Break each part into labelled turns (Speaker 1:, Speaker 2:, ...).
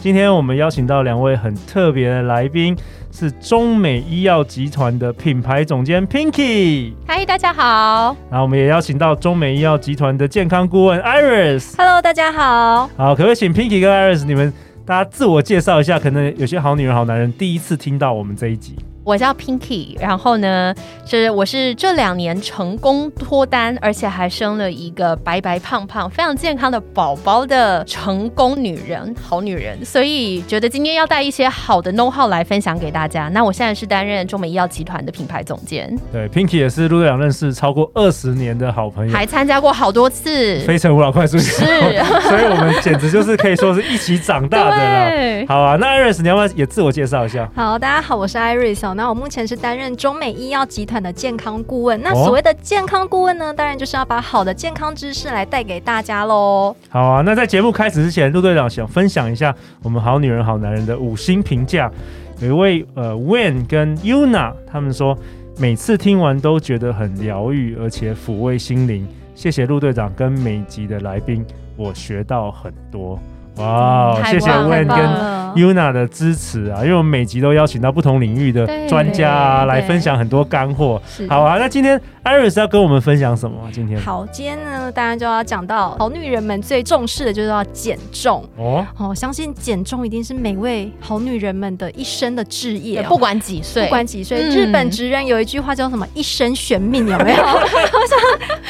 Speaker 1: 今天我们邀请到两位很特别的来宾，是中美医药集团的品牌总监 Pinky，
Speaker 2: 嗨，大家好。
Speaker 1: 然后我们也邀请到中美医药集团的健康顾问 Iris。
Speaker 2: Hello，大家好。
Speaker 1: 好，可不可以请 Pinky 跟 Iris 你们大家自我介绍一下？可能有些好女人、好男人第一次听到我们这一集。
Speaker 2: 我叫 Pinky，然后呢，是我是这两年成功脱单，而且还生了一个白白胖胖、非常健康的宝宝的成功女人，好女人。所以觉得今天要带一些好的 know how 来分享给大家。那我现在是担任中美医药集团的品牌总监，
Speaker 1: 对，Pinky 也是陆队长认识超过二十年的好朋友，
Speaker 2: 还参加过好多次。
Speaker 1: 非诚勿扰快速
Speaker 2: 是，
Speaker 1: 所以我们简直就是可以说是一起长大的啦。
Speaker 2: 对。
Speaker 1: 好啊，那 Iris，你要不要也自我介绍一下？
Speaker 3: 好，大家好，我是 Iris 哦。那我目前是担任中美医药集团的健康顾问。那
Speaker 1: 哦
Speaker 3: 所谓的健康顾问呢，当然就是要把好的健康知识来带给大家喽。
Speaker 1: 好啊，那在节目开始之前，陆队长想分享一下我们好女人好男人的五星评价。有一位呃 Wen 跟 Yuna 他们说，每次听完都觉得很疗愈，而且抚慰心灵。谢谢陆队长跟每集的来宾，我学到很多。哇
Speaker 2: 嗯，太
Speaker 1: 谢谢
Speaker 2: 棒了
Speaker 1: Wen
Speaker 2: 太棒
Speaker 1: 跟
Speaker 2: 了
Speaker 3: 嗯
Speaker 1: Yuna 的支持啊，因为我们每集都邀请到不同领域的
Speaker 2: 对
Speaker 1: 专家啊
Speaker 2: 对
Speaker 1: 来分享很多干货。
Speaker 3: 是
Speaker 1: 好啊，那今天 Iris 要跟我们分享什么啊？今天
Speaker 3: 好，今天呢，当然就要讲到好女人们最重视的就是要减重
Speaker 1: 哦，
Speaker 3: 哦。相信减重一定是每位好女人们的一生的志业、
Speaker 2: 也
Speaker 3: 哦。
Speaker 2: 不管几岁，
Speaker 3: 不管几岁，
Speaker 2: 嗯
Speaker 3: 日本职人有一句话叫什么“一生悬命”，有 没有？我想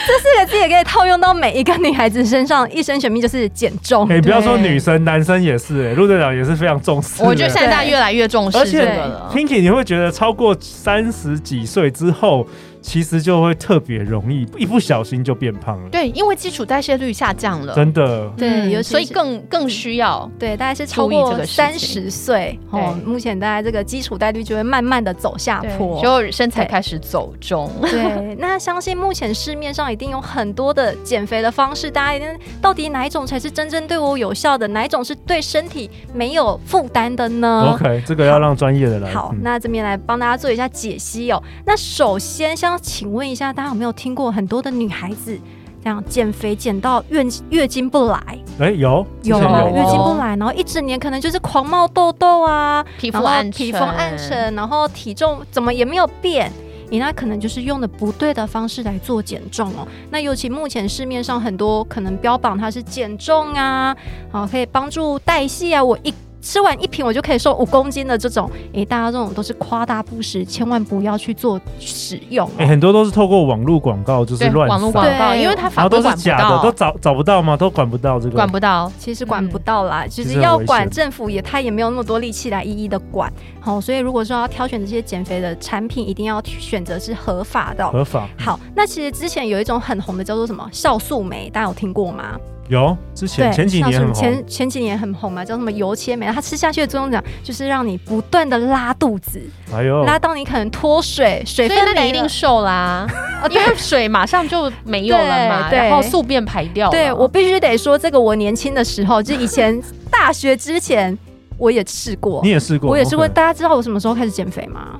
Speaker 3: 这四个字也可以套用到每一个女孩子身上，“一生悬命”就是减重。
Speaker 1: 哎、不要说
Speaker 2: 对
Speaker 1: 女生，男生也是、哎，陆队长也是非常重视的。
Speaker 2: 我觉得现在大家越来越重
Speaker 1: 而
Speaker 2: 视这
Speaker 1: 且
Speaker 2: 个了。
Speaker 1: Pinky，你会觉得超过三十几岁之后，其实就会特别容易，一不小心就变胖了。
Speaker 2: 对，因为基础代谢率下降了，
Speaker 1: 真的，
Speaker 3: 对，
Speaker 2: 嗯
Speaker 3: 尤其
Speaker 2: 所以
Speaker 3: 是
Speaker 2: 更更需要。
Speaker 3: 对，大概是超
Speaker 2: 注意这
Speaker 3: 过
Speaker 2: 个事
Speaker 3: 三
Speaker 2: 情
Speaker 3: 十岁哦。目前大概这个基础代率就会慢慢的走下坡。
Speaker 2: 就身材开始走中，
Speaker 3: 对，那相信目前市面上一定有很多的减肥的方式，大家一定到底哪一种才是真正对我有效的，哪一种是对身体没有负担的呢
Speaker 1: OK，这个要让专业的来。
Speaker 3: 嗯好，
Speaker 1: 嗯
Speaker 3: 那这边来帮大家做一下解析哦。那首先，想请问一下，大家有没有听过很多的女孩子这样减肥减到月月经不来，
Speaker 1: 哎、有之
Speaker 3: 有
Speaker 1: 前
Speaker 2: 哦
Speaker 3: 月
Speaker 1: 有啊
Speaker 3: 经不来，然后一整年可能就是狂冒痘痘啊，
Speaker 2: 皮肤
Speaker 3: 然后
Speaker 2: 暗沉，
Speaker 3: 皮肤暗，沉，然后体重怎么也没有变。你那可能就是用的不对的方式来做减重哦。那尤其目前市面上很多可能标榜它是减重啊，啊可以帮助代谢啊，我一吃完一瓶我就可以瘦五公斤的这种，诶，大家这种都是夸大不实，千万不要去做使用、
Speaker 1: 哎、
Speaker 3: 哦。
Speaker 1: 很多都是透过网络广告，就是
Speaker 2: 对，
Speaker 1: 乱
Speaker 2: 网络
Speaker 1: 撒
Speaker 2: 广告，
Speaker 3: 对
Speaker 2: 因为它
Speaker 1: 然
Speaker 2: 法
Speaker 1: 后哦
Speaker 2: 规
Speaker 1: 都
Speaker 2: 管
Speaker 1: 是
Speaker 2: 不
Speaker 1: 假的，都
Speaker 2: 到，
Speaker 1: 找找不到吗？都管不到这个，
Speaker 2: 管不到，
Speaker 3: 其实管不到啦，
Speaker 1: 其
Speaker 3: 其实
Speaker 1: 实很
Speaker 3: 要
Speaker 1: 危
Speaker 3: 管，
Speaker 1: 险
Speaker 3: 政府也他也没有那么多力气来一一的管。好、所以如果说要挑选这些减肥的产品，一定要去选择是合法的哦、
Speaker 1: 合法。
Speaker 3: 好，那其实之前有一种很红的叫做什么酵素酶，大家有听过吗？
Speaker 1: 有之前前几
Speaker 3: 酵
Speaker 1: 年
Speaker 3: 素
Speaker 1: 很红，
Speaker 3: 前前几年很红嘛，叫什么油切酶，它吃下去的作用讲就是让你不断的拉肚子，
Speaker 1: 哎呦，
Speaker 3: 拉到你可能脱水，水
Speaker 2: 所以
Speaker 3: 分
Speaker 2: 那你
Speaker 3: 没
Speaker 2: 一
Speaker 3: 了
Speaker 2: 定瘦啦， 因为水马上就没有了嘛，
Speaker 3: 对对
Speaker 2: 然后宿便排掉了。
Speaker 3: 对我必须得说，这个我年轻的时候，就以前 大学之前我也试过
Speaker 1: 你，也试过，哦
Speaker 3: 我也试过。
Speaker 1: OK
Speaker 3: 大家知道我什么时候开始减肥吗？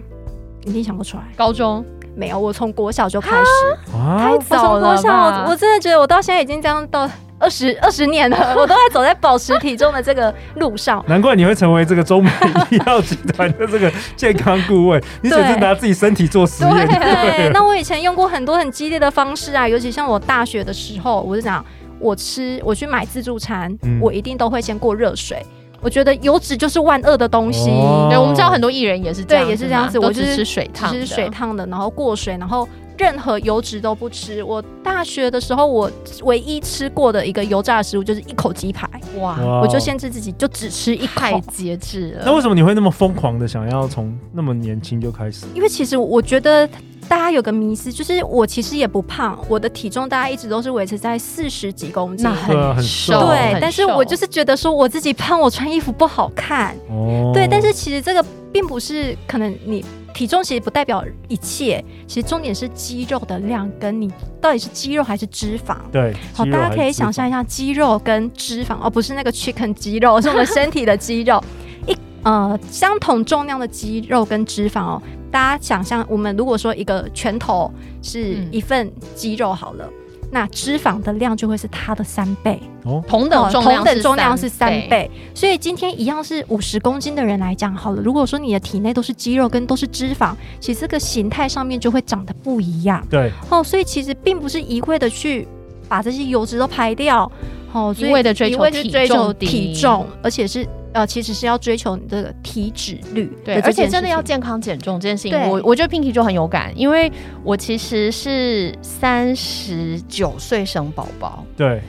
Speaker 3: 一定想不出来，
Speaker 2: 高中
Speaker 3: 没有，我从国小就开始。
Speaker 1: 啊
Speaker 3: 太早了吧我从国
Speaker 2: 吧
Speaker 3: 小，我真的觉得我到现在已经这样到二十二十年了，我都在走在保持体重的这个路上。
Speaker 1: 难怪你会成为这个中美医药集团的这个健康顾 问，你只是拿自己身体做实验。
Speaker 3: 对， 那我以前用过很多很激烈的方式啊，尤其像我大学的时候，我就讲我吃我去买自助餐，
Speaker 1: 嗯
Speaker 3: 我一定都会先过热水。我觉得油脂就是万恶的东西，
Speaker 1: 哦
Speaker 2: 对，我们知道很多艺人也是这样嘛，
Speaker 3: 对也是这样子
Speaker 2: 都
Speaker 3: 我就是
Speaker 2: 只吃水
Speaker 3: 只
Speaker 2: 烫的，
Speaker 3: 是水烫的，然后过水，然后任何油脂都不吃。我大学的时候，我唯一吃过的一个油炸的食物就是一口鸡排，
Speaker 2: 哇，
Speaker 1: 哇
Speaker 3: 我就限制自己就只吃一
Speaker 2: 太
Speaker 3: 口。
Speaker 2: 节制
Speaker 1: 那为
Speaker 2: 了。
Speaker 1: 什么你会那么疯狂的想要从那么年轻就开始？
Speaker 3: 因为其实我觉得大家有个迷思，就是我其实也不胖，我的体重大概一直都是维持在四十几公斤
Speaker 2: 那。
Speaker 1: 对啊
Speaker 2: 很
Speaker 1: 很
Speaker 2: 瘦，
Speaker 1: 瘦
Speaker 3: 对
Speaker 2: 很，
Speaker 3: 但是我
Speaker 2: 瘦
Speaker 3: 就是觉得说我自己胖，我穿衣服不好看。
Speaker 1: 哦，
Speaker 3: 对，但是其实这个并不是可能你体重其实不代表一切，其实重点是肌肉的量跟你到底是肌肉还是脂肪。
Speaker 1: 对，
Speaker 3: 好，
Speaker 1: 肌肉
Speaker 3: 大
Speaker 1: 还
Speaker 3: 家
Speaker 1: 是
Speaker 3: 可
Speaker 1: 脂
Speaker 3: 以想
Speaker 1: 肪
Speaker 3: 象一下肌肉跟脂肪，哦，不是那个 chicken 肌肉， 是我们身体的肌肉。一呃，相同重量的肌肉跟脂肪哦，大家想象，我们如果说一个拳头是
Speaker 2: 嗯
Speaker 3: 一份肌肉好了，那脂肪的量就会是它的三倍。
Speaker 2: 同等重量，
Speaker 3: 哦同等重量是三。倍，所以今天一样是五十公斤的人来讲好了，如果说你的体内都是肌肉跟都是脂肪，其实这个形态上面就会长得不一样
Speaker 1: 对，
Speaker 3: 哦，所以其实并不是一味的去把这些油脂都排掉哦，所以
Speaker 2: 一味地追求
Speaker 3: 一味去追求
Speaker 2: 体重低
Speaker 3: 体重，而且是呃，其实是要追求你的体脂率的
Speaker 2: 对，
Speaker 3: 这
Speaker 2: 而且
Speaker 3: 件
Speaker 2: 真的
Speaker 3: 事
Speaker 2: 要
Speaker 3: 情
Speaker 2: 健康减重这件事情，
Speaker 3: 对
Speaker 2: 我我觉得 Pinky 就很有感，因为我其实是三十九岁生宝宝，
Speaker 1: 对，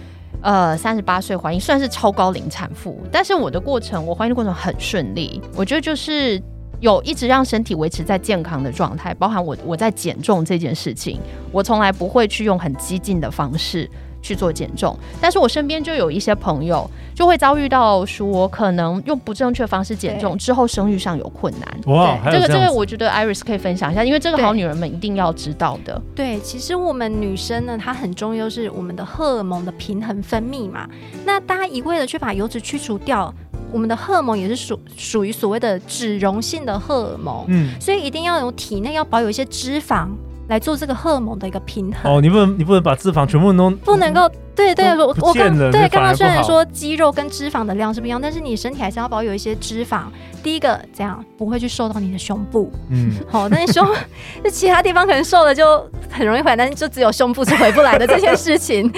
Speaker 2: 呃，三十八岁怀孕，算是超高龄产妇，但是我的过程，我怀孕的过程很顺利，我觉得就是。有一直让身体维持在健康的状态，包含我我在减重这件事情，我从来不会去用很激进的方式去做减重。但是我身边就有一些朋友就会遭遇到说，可能用不正确方式减重之后生育上有困难。
Speaker 1: 哇，
Speaker 3: 对
Speaker 1: 哦还
Speaker 2: 这
Speaker 1: 有
Speaker 2: 个这
Speaker 1: 样
Speaker 2: 个，
Speaker 1: 子
Speaker 2: 我觉得 Iris 可以分享一下，因为这个
Speaker 3: 对
Speaker 2: 好女人们一定要知道的。
Speaker 3: 对，其实我们女生呢，它很重要是我们的荷尔蒙的平衡分泌嘛。那大家一味的去把油脂去除掉，我们的荷尔蒙也是属属于所谓的脂溶性的荷尔蒙，
Speaker 1: 嗯，
Speaker 3: 所以一定要有体内要保有一些脂肪来做这个荷尔蒙的一个平衡。
Speaker 1: 哦，你不能你不能把脂肪全部弄，
Speaker 3: 不能够对对，
Speaker 1: 都
Speaker 3: 我
Speaker 1: 嗯不
Speaker 3: 我
Speaker 1: 见
Speaker 3: 刚
Speaker 1: 了
Speaker 3: 对
Speaker 1: 这
Speaker 3: 刚
Speaker 1: 反而
Speaker 3: 刚
Speaker 1: 不
Speaker 3: 虽然
Speaker 1: 好
Speaker 3: 说肌肉跟脂肪的量是不一样，但是你身体还是要保有一些脂肪。第一个这样不会去瘦到你的胸部，
Speaker 1: 嗯，
Speaker 3: 好，但 是胸就其他地方可能瘦了就很容易回来，但是就只有胸部是回不来的这件事情。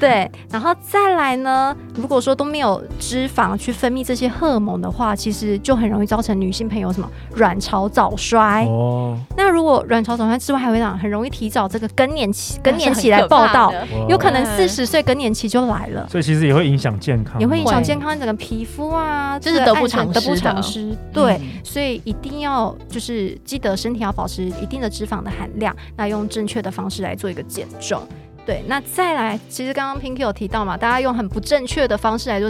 Speaker 3: 对，然后再来呢，如果说都没有脂肪去分泌这些荷尔蒙的话，其实就很容易造成女性朋友什么卵巢早衰。
Speaker 1: 哦，
Speaker 3: 那如果卵巢早衰之外，还会让很容易提早这个更年期，更年期
Speaker 2: 那是
Speaker 3: 来
Speaker 2: 很可
Speaker 3: 报
Speaker 2: 怕
Speaker 3: 道，
Speaker 2: 的
Speaker 1: 哇
Speaker 3: 有可能
Speaker 2: 对
Speaker 3: 四十岁更年期就来了。
Speaker 1: 所以其实也会影响健康，
Speaker 3: 也会影响
Speaker 2: 会
Speaker 3: 健康，整个皮肤啊，
Speaker 2: 这是
Speaker 3: 个
Speaker 2: 得不
Speaker 3: 安全
Speaker 2: 偿
Speaker 3: 得
Speaker 2: 失
Speaker 3: 不
Speaker 2: 的
Speaker 3: 偿失。对，
Speaker 2: 嗯
Speaker 3: 所以一定要就是记得身体要保持一定的脂肪的含量，那用正确的方式来做一个减重。对，那再来，其实刚刚 Pinky 有提到嘛，大家用很不正确的方式来做，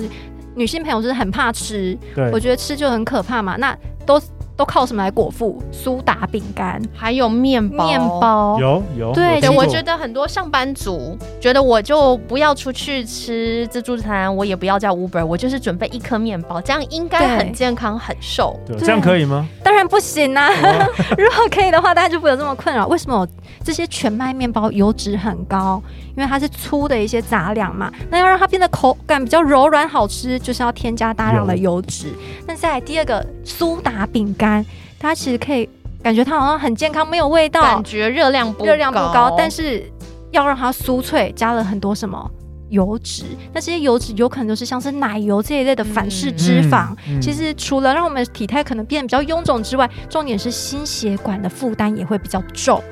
Speaker 3: 女性朋友就是很怕吃，
Speaker 1: 对
Speaker 3: 我，觉得吃就很可怕嘛。那都都靠什么来果腹？苏打饼干、
Speaker 2: 还有面包，
Speaker 3: 面包。
Speaker 1: 有有，
Speaker 3: 对
Speaker 1: 哦有
Speaker 2: 对，
Speaker 3: 其
Speaker 1: 听
Speaker 3: 实
Speaker 2: 我
Speaker 1: 过
Speaker 2: 觉得很多上班族觉得我就不要出去吃自助餐，我也不要叫 Uber，我就是准备一颗面包，这样应该
Speaker 3: 对
Speaker 2: 很健康、很瘦。
Speaker 1: 对，
Speaker 3: 对
Speaker 1: 这样可以吗？
Speaker 3: 当然不行啦、
Speaker 1: 哇
Speaker 3: 如果可以的话，大家就不会有这么困扰。为什么这些全麦面包油脂很高？因为它是粗的一些杂粮嘛，那要让它变得口感比较柔软好吃，就是要添加大量的油脂。那再来第二个苏打饼干，大家其实可以感觉它好像很健康，没有味道
Speaker 2: 感，觉热量不
Speaker 3: 热量不高，但
Speaker 2: 是
Speaker 3: 是要让它酥脆，加了很多什么油脂。那这些油脂有可能就是像是奶油这一类的反式脂肪。
Speaker 1: 嗯嗯
Speaker 3: 其实除了让我们体态可能变得比较臃肿之外，重点是心血管的负担也会比较重。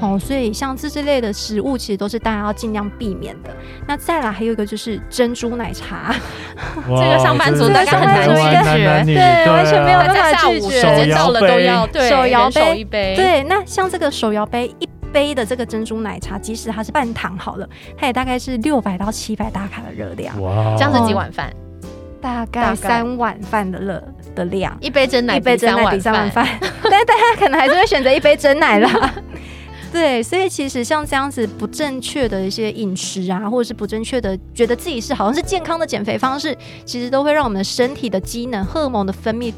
Speaker 3: 哦，所以像这之类的食物，其实都是大家要尽量避免的。那再来还有一个就是珍珠奶茶，
Speaker 1: 哇
Speaker 2: 这个上班族
Speaker 1: 真的
Speaker 3: 大概
Speaker 1: 是台
Speaker 3: 很
Speaker 1: 湾
Speaker 3: 难
Speaker 1: 男男女，
Speaker 3: 对完全没有
Speaker 1: 啊
Speaker 3: 办法
Speaker 2: 在下
Speaker 3: 拒
Speaker 2: 午
Speaker 3: 绝
Speaker 2: 时间到了都要对
Speaker 3: 手摇
Speaker 2: 人
Speaker 3: 杯
Speaker 2: 手一杯，
Speaker 3: 对，那像这个手摇杯一杯的这个珍珠奶茶，即使它是半糖好了，它也大概是六百到七百大卡的热量，
Speaker 1: 哇，
Speaker 2: 这样子几碗饭，大
Speaker 3: 大
Speaker 2: 概
Speaker 3: 概三碗饭的热的量。
Speaker 2: 一杯真奶
Speaker 3: 一杯真奶比三碗饭， 但是大家可能还是会选择一杯真奶啦。 对，所以其实像这样子不正确的一些饮食啊，或者是不正确的觉得自己是好像是健康的减肥方式，其实都会让我们的身体的机能、荷尔蒙的分泌，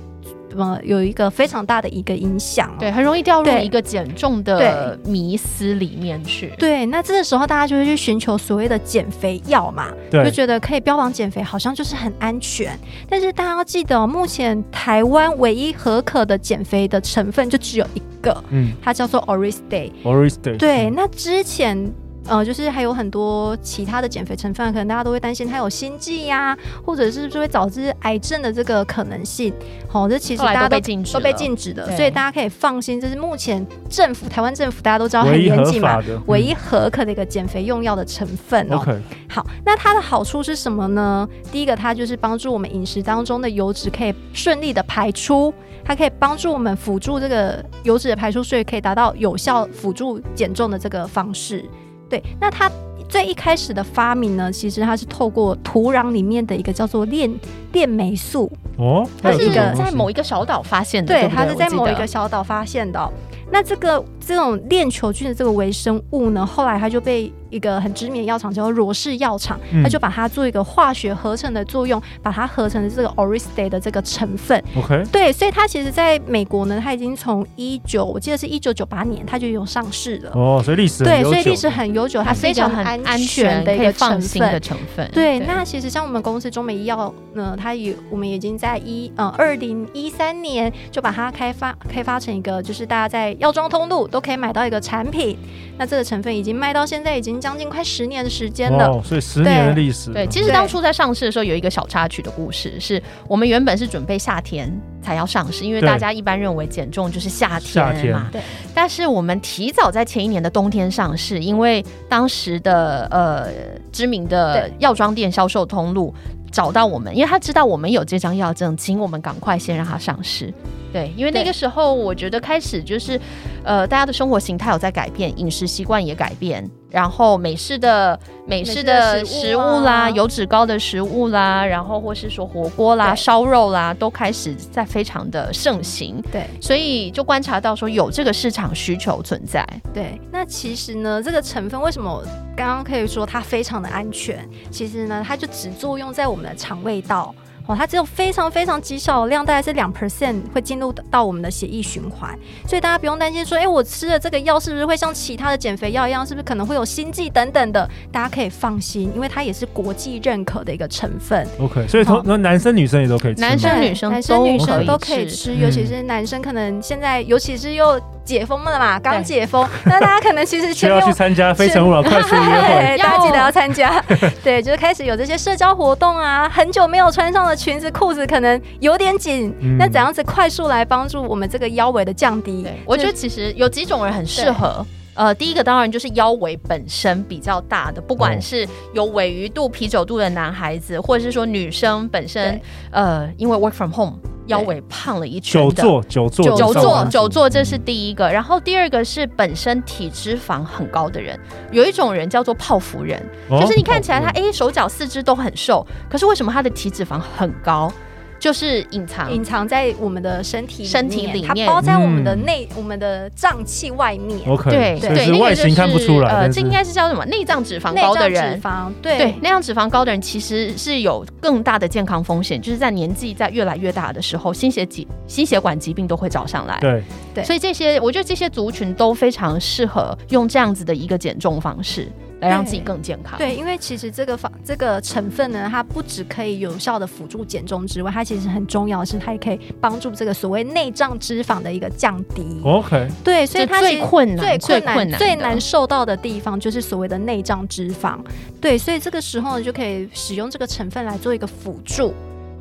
Speaker 3: 呃，有一个非常大的一个影响、哦。
Speaker 2: 对，很容易掉入
Speaker 3: 对
Speaker 2: 一个减重的迷思里面去。
Speaker 3: 对，那这个时候大家就会去寻求所谓的减肥药嘛，就
Speaker 1: 对，
Speaker 3: 觉得可以标榜减肥，好像就是很安全。但是大家要记得、哦，目前台湾唯一合可的减肥的成分就只有一个，
Speaker 1: 嗯
Speaker 3: 它叫做 Oris Day。
Speaker 1: ，Oris Day，
Speaker 3: 对，那之前呃，就是还有很多其他的减肥成分，可能大家都会担心它有心悸呀、或者是不是会导致癌症的这个可能性。好、这其实
Speaker 2: 后来
Speaker 3: 大家
Speaker 2: 都
Speaker 3: 都
Speaker 2: 被禁止，
Speaker 3: 都被。禁止的，
Speaker 2: 对
Speaker 3: 所以大家可以放心，就是目前政府台湾政府大家都知道很
Speaker 1: 唯一
Speaker 3: 严
Speaker 1: 合
Speaker 3: 谨嘛
Speaker 1: 法，嗯的，
Speaker 3: 唯一合可的一个减肥用药的成分
Speaker 1: 嗯
Speaker 3: 哦。
Speaker 1: OK
Speaker 3: 好，那它的好处是什么呢？第一个，它就是帮助我们饮食当中的油脂可以顺利的排出，它可以帮助我们辅助这个油脂的排出，所以可以达到有效辅助减重的这个方式。对，那它最一开始的发明呢，其实它是透过土壤里面的一个叫做链链霉素，
Speaker 1: 哦，
Speaker 2: 它
Speaker 3: 它
Speaker 2: 是
Speaker 3: 有这种
Speaker 2: 在某一个小岛发现的，对不对，
Speaker 3: 它是在
Speaker 2: 我记得
Speaker 3: 某一个小岛发现的哦、那这个这种链球菌的这个微生物呢，后来它就被一个很知名的药厂叫做罗氏药厂，
Speaker 1: 嗯
Speaker 3: 它就把它做一个化学合成的作用，把它合成的这个 Oriste 的这个成分。
Speaker 1: OK
Speaker 3: 对，所以它其实在美国呢，它已经从一九，我记得是一九九八年，它就有上市了。
Speaker 1: 哦，所以历史很
Speaker 3: 对，
Speaker 1: 悠
Speaker 3: 所以
Speaker 1: 久
Speaker 3: 历史很悠久，它
Speaker 2: 它
Speaker 3: 是
Speaker 2: 非
Speaker 3: 一个
Speaker 2: 常很
Speaker 3: 很
Speaker 2: 安
Speaker 3: 安全的一
Speaker 2: 可以
Speaker 3: 个
Speaker 2: 放
Speaker 3: 成
Speaker 2: 心
Speaker 3: 分
Speaker 2: 的。成分。
Speaker 3: 对，那其实像我们公司中美医药呢，它也我们已经在一呃二零一三年就把它开发开发成一个，就是大家在药妆通路都可以买到一个产品。那这个成分已经卖到现在已经将近快十年的时间了。
Speaker 1: 哦，所以十年的历史了，
Speaker 2: 对，其实
Speaker 3: 对
Speaker 2: 当初在上市的时候有一个小插曲的故事，是我们原本是准备夏天才要上市，因为
Speaker 1: 对
Speaker 2: 大家一般认为减重就是夏天
Speaker 1: 夏
Speaker 2: 嘛。
Speaker 1: 天
Speaker 3: 对
Speaker 2: 但是我们提早在前一年的冬天上市，因为当时的呃知名的
Speaker 3: 对
Speaker 2: 药妆店销售通路找到我们，因为他知道我们有这张药证，请我们赶快先让它上市。对，因为那
Speaker 3: 对
Speaker 2: 个时候我觉得开始就是，呃，大家的生活形态有在改变，饮食习惯也改变，然后美式的美
Speaker 3: 美
Speaker 2: 式
Speaker 3: 式
Speaker 2: 的
Speaker 3: 的
Speaker 2: 食
Speaker 3: 食
Speaker 2: 物
Speaker 3: 物啊
Speaker 2: 啦，油脂高的食物啦，然后或是说火锅啦、
Speaker 3: 对
Speaker 2: 烧肉啦，都开始在非常的盛行。
Speaker 3: 对
Speaker 2: 所以就观察到说有这个市场需求存在。
Speaker 3: 对，那其实呢，这个成分为什么我刚刚可以说它非常的安全？其实呢，它就只作用在我们的肠胃道。哦，它只有非常非常极少的量，大概是两 percent 会进入到我们的血液循环，所以大家不用担心说，哎、我吃了这个药是不是会像其他的减肥药一样，是不是可能会有心悸等等的？大家可以放心，因为它也是国际认可的一个成分。
Speaker 1: OK，所以同
Speaker 3: 好
Speaker 1: 那男生女生也都可以吃吗，
Speaker 2: 男生
Speaker 3: 对
Speaker 2: 女生
Speaker 3: 男生
Speaker 2: 都
Speaker 3: 女
Speaker 1: 可
Speaker 3: 生
Speaker 1: 以
Speaker 3: 都可以
Speaker 2: 吃
Speaker 3: 吃，尤其
Speaker 1: 嗯
Speaker 3: 是男生可能现在，尤其是又解封了嘛，刚解封，那大家可能其实
Speaker 1: 需
Speaker 3: 前
Speaker 1: 要
Speaker 3: 面
Speaker 1: 去参加《非诚勿扰》快速 约会。
Speaker 3: 对， 大家记得要参加。 对，就是开始有这些社交活动啊，很久没有穿上的裙子、裤子可能有点紧，
Speaker 1: 嗯
Speaker 3: 那怎样子快速来帮助我们这个腰围的降低？
Speaker 2: 我觉得
Speaker 3: 就
Speaker 2: 其实有几种人很适合。呃，第一个当然就是腰围本身比较大的，不管
Speaker 1: 哦
Speaker 2: 是有尾鱼肚、啤酒肚的男孩子，或者是说女生本身
Speaker 3: 对，
Speaker 2: 呃，因为 work from home，腰围胖了一圈
Speaker 1: 久
Speaker 2: 的。
Speaker 1: 坐，久坐，
Speaker 2: 久
Speaker 1: 上
Speaker 2: 坐
Speaker 1: 班，族
Speaker 2: 久坐，这是第一个。然后第二个是本身体脂肪很高的人，有一种人叫做泡芙人，
Speaker 1: 哦
Speaker 2: 就是你看起来他
Speaker 1: 好
Speaker 2: 诶手脚四肢都很瘦，可是为什么他的体脂肪很高？就是隐藏。
Speaker 3: 隐藏在我们的身体
Speaker 2: 身体里面
Speaker 3: 它包在我们的
Speaker 1: 嗯
Speaker 3: 内、我们的脏器外面。
Speaker 1: OK，
Speaker 2: 对
Speaker 1: 所以
Speaker 2: 对，
Speaker 1: 是
Speaker 2: 那个
Speaker 1: 外
Speaker 2: 就
Speaker 1: 形看不
Speaker 2: 是
Speaker 1: 出来，
Speaker 2: 呃，
Speaker 1: 但
Speaker 2: 这
Speaker 1: 是
Speaker 2: 应该是叫什么？内脏脂肪
Speaker 3: 内
Speaker 2: 高的
Speaker 3: 脏
Speaker 2: 人
Speaker 3: 脂。肪，
Speaker 2: 对，内脏脂肪高的人其实是有更大的健康风险，就是在年纪在越来越大的时候，心血疾、心血管疾病都会找上来。
Speaker 1: 对
Speaker 3: 对
Speaker 2: 所以这些，我觉得这些族群都非常适合用这样子的一个减重方式来让自己更健康。
Speaker 3: 对，因为其实这个方这个成分呢，它不只可以有效的辅助减重之外，它其实很重要的是，它也可以帮助这个所谓内脏脂肪的一个降低。
Speaker 1: ，OK，
Speaker 3: 对，所以
Speaker 2: 哦这
Speaker 3: 它
Speaker 2: 最
Speaker 3: 其实
Speaker 2: 困难
Speaker 3: 最
Speaker 2: 最
Speaker 3: 困难、
Speaker 2: 困难
Speaker 3: 最
Speaker 2: 的
Speaker 3: 难受到的地方就是所谓的内脏脂肪。对，所以这个时候你就可以使用这个成分来做一个辅助。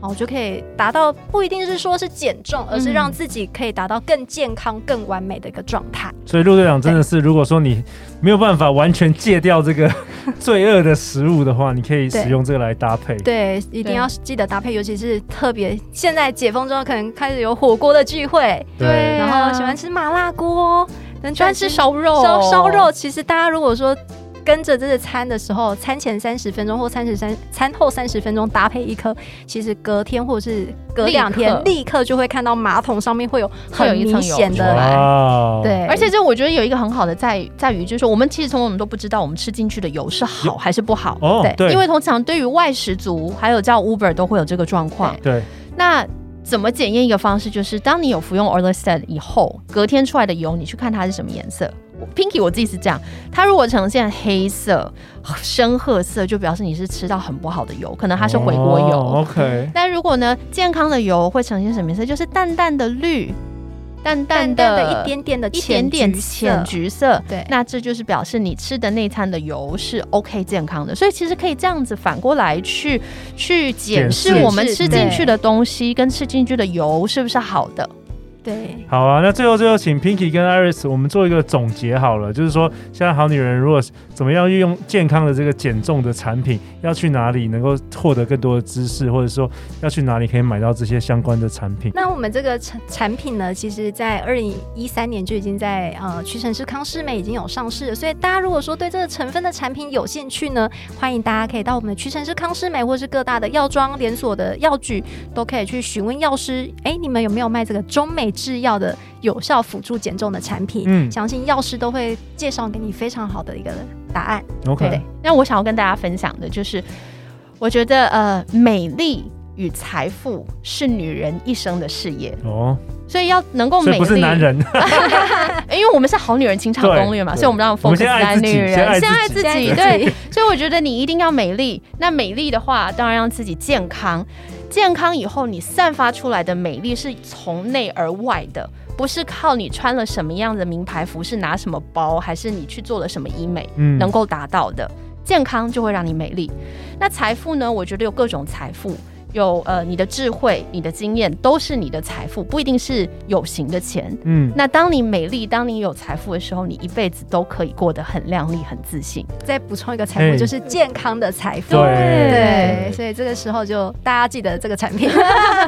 Speaker 3: 哦，就可以达到不一定是说是减重，而
Speaker 2: 嗯
Speaker 3: 是让自己可以达到更健康、更完美的一个状态。
Speaker 1: 所以陆队长真的是，如果说你没有办法完全戒掉这个 罪恶的食物的话，你可以使用这个来搭配。
Speaker 3: 对，一定
Speaker 2: 对
Speaker 3: 要记得搭配，尤其是特别现在解封之后，可能开始有火锅的聚会，
Speaker 2: 对啊
Speaker 3: 然后喜欢吃麻辣锅，哦能
Speaker 2: 喜欢吃烧肉，
Speaker 3: 烧烧肉，其实大家如果说跟着这个餐的时候，餐前三十分钟或三十三餐后三十分钟搭配一颗，其实隔天或者是隔两天
Speaker 2: 立刻
Speaker 3: 立刻就会看到马桶上面会有
Speaker 2: 会有
Speaker 3: 很
Speaker 2: 一层
Speaker 3: 明显
Speaker 2: 油
Speaker 3: 的
Speaker 2: 脂
Speaker 1: 哇，哦
Speaker 3: 对，
Speaker 2: 而且这我觉得有一个很好的在于在于，就是说我们其实从我们都不知道我们吃进去的油是好还是不好。
Speaker 1: 哦，对，
Speaker 2: 因为通常对于外食族，还有叫 Uber 都会有这个状况。
Speaker 1: 对
Speaker 2: 那怎么检验一个方式，就是当你有服用 Orlistat 以后，隔天出来的油，你去看它是什么颜色。我 Pinky 我自己是这样，它如果呈现黑色、深褐色，就表示你是吃到很不好的油，可能它是回锅油。
Speaker 1: 哦，OK，
Speaker 2: 但如果呢，健康的油会呈现什么颜色？就是淡淡的绿，淡
Speaker 3: 淡
Speaker 2: 淡
Speaker 3: 淡
Speaker 2: 的
Speaker 3: 的一点点的
Speaker 2: 一点点
Speaker 3: 橘色
Speaker 2: 浅橘色，
Speaker 3: 对
Speaker 2: 那这就是表示你吃的那餐的油是 OK 健康的，所以其实可以这样子反过来去去检视
Speaker 1: 检视
Speaker 2: 我们吃进
Speaker 3: 对
Speaker 2: 去的东西跟吃进去的油是不是好的。
Speaker 3: 对，
Speaker 1: 好啊，那最后最后，请 Pinky 跟 Iris 我们做一个总结好了，就是说，现在好女人如果怎么样运用健康的这个减重的产品，要去哪里能够获得更多的知识，或者说要去哪里可以买到这些相关的产品？
Speaker 3: 那我们这个产产品呢，其实在二零一三年就已经在呃屈臣氏康诗美已经有上市了，所以大家如果说对这个成分的产品有兴趣呢，欢迎大家可以到我们的屈臣氏康诗美或是各大的药妆连锁的药局都可以去询问药师，哎，你们有没有卖这个中美制药的有效辅助减重的产品？
Speaker 1: 嗯
Speaker 3: 相信药师都会介绍给你非常好的一个答案。
Speaker 1: ，OK，
Speaker 2: 那我想要跟大家分享的就是，我觉得呃，美丽与财富是女人一生的事业，
Speaker 1: 哦，
Speaker 2: 所以要能够
Speaker 1: 所
Speaker 2: 美
Speaker 1: 以
Speaker 2: 丽。
Speaker 1: 不是男，人，
Speaker 2: 因为我们是好女人情场
Speaker 1: 对
Speaker 2: 攻略嘛，
Speaker 1: 对
Speaker 2: 所以我们让
Speaker 1: 我们
Speaker 2: focus
Speaker 1: 先爱
Speaker 2: 在
Speaker 1: 自己
Speaker 2: 女人，
Speaker 1: 先爱自己
Speaker 2: 自
Speaker 3: 先爱
Speaker 2: 己，
Speaker 3: 自己
Speaker 2: 对。 所以我觉得你一定要美丽。那美丽的话，当然让自己健康。健康以后，你散发出来的美丽是从内而外的，不是靠你穿了什么样的名牌服，是拿什么包，还是你去做了什么医美。
Speaker 1: 嗯，
Speaker 2: 能够达到的。健康就会让你美丽。那财富呢？我觉得有各种财富，有呃你的智慧、你的经验都是你的财富，不一定是有形的钱。
Speaker 1: 嗯，
Speaker 2: 那当你美丽，当你有财富的时候，你一辈子都可以过得很靓丽、很自信。
Speaker 3: 再补充一个财
Speaker 1: 哎
Speaker 3: 富，就是健康的财富。
Speaker 1: 对
Speaker 3: 对，所以这个时候就大家记得这个产品。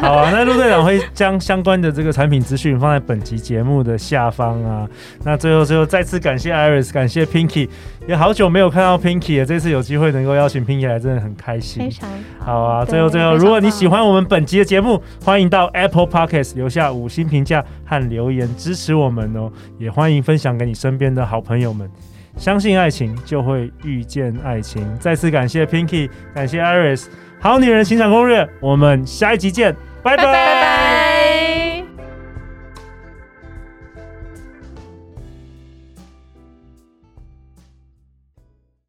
Speaker 1: 好啊，那陆队长会将相关的这个产品资讯放在本集节目的下方啊。那最后最后再次感谢 Iris，感谢 Pinky，也好久没有看到 Pinky 了，这次有机会能够邀请 Pinky 来，真的很开心。
Speaker 2: 常
Speaker 1: 好啊，
Speaker 3: 对
Speaker 1: 最后最后，
Speaker 3: 非常
Speaker 1: 如果你
Speaker 3: 棒
Speaker 1: 喜欢我们本集的节目，欢迎到 Apple Podcast 留下五星评价和留言支持我们哦，也欢迎分享给你身边的好朋友们。相信爱情，就会遇见爱情。再次感谢 Pinky，感谢 Iris，《好女人情场攻略》，我们下一集见，拜拜。
Speaker 2: 拜拜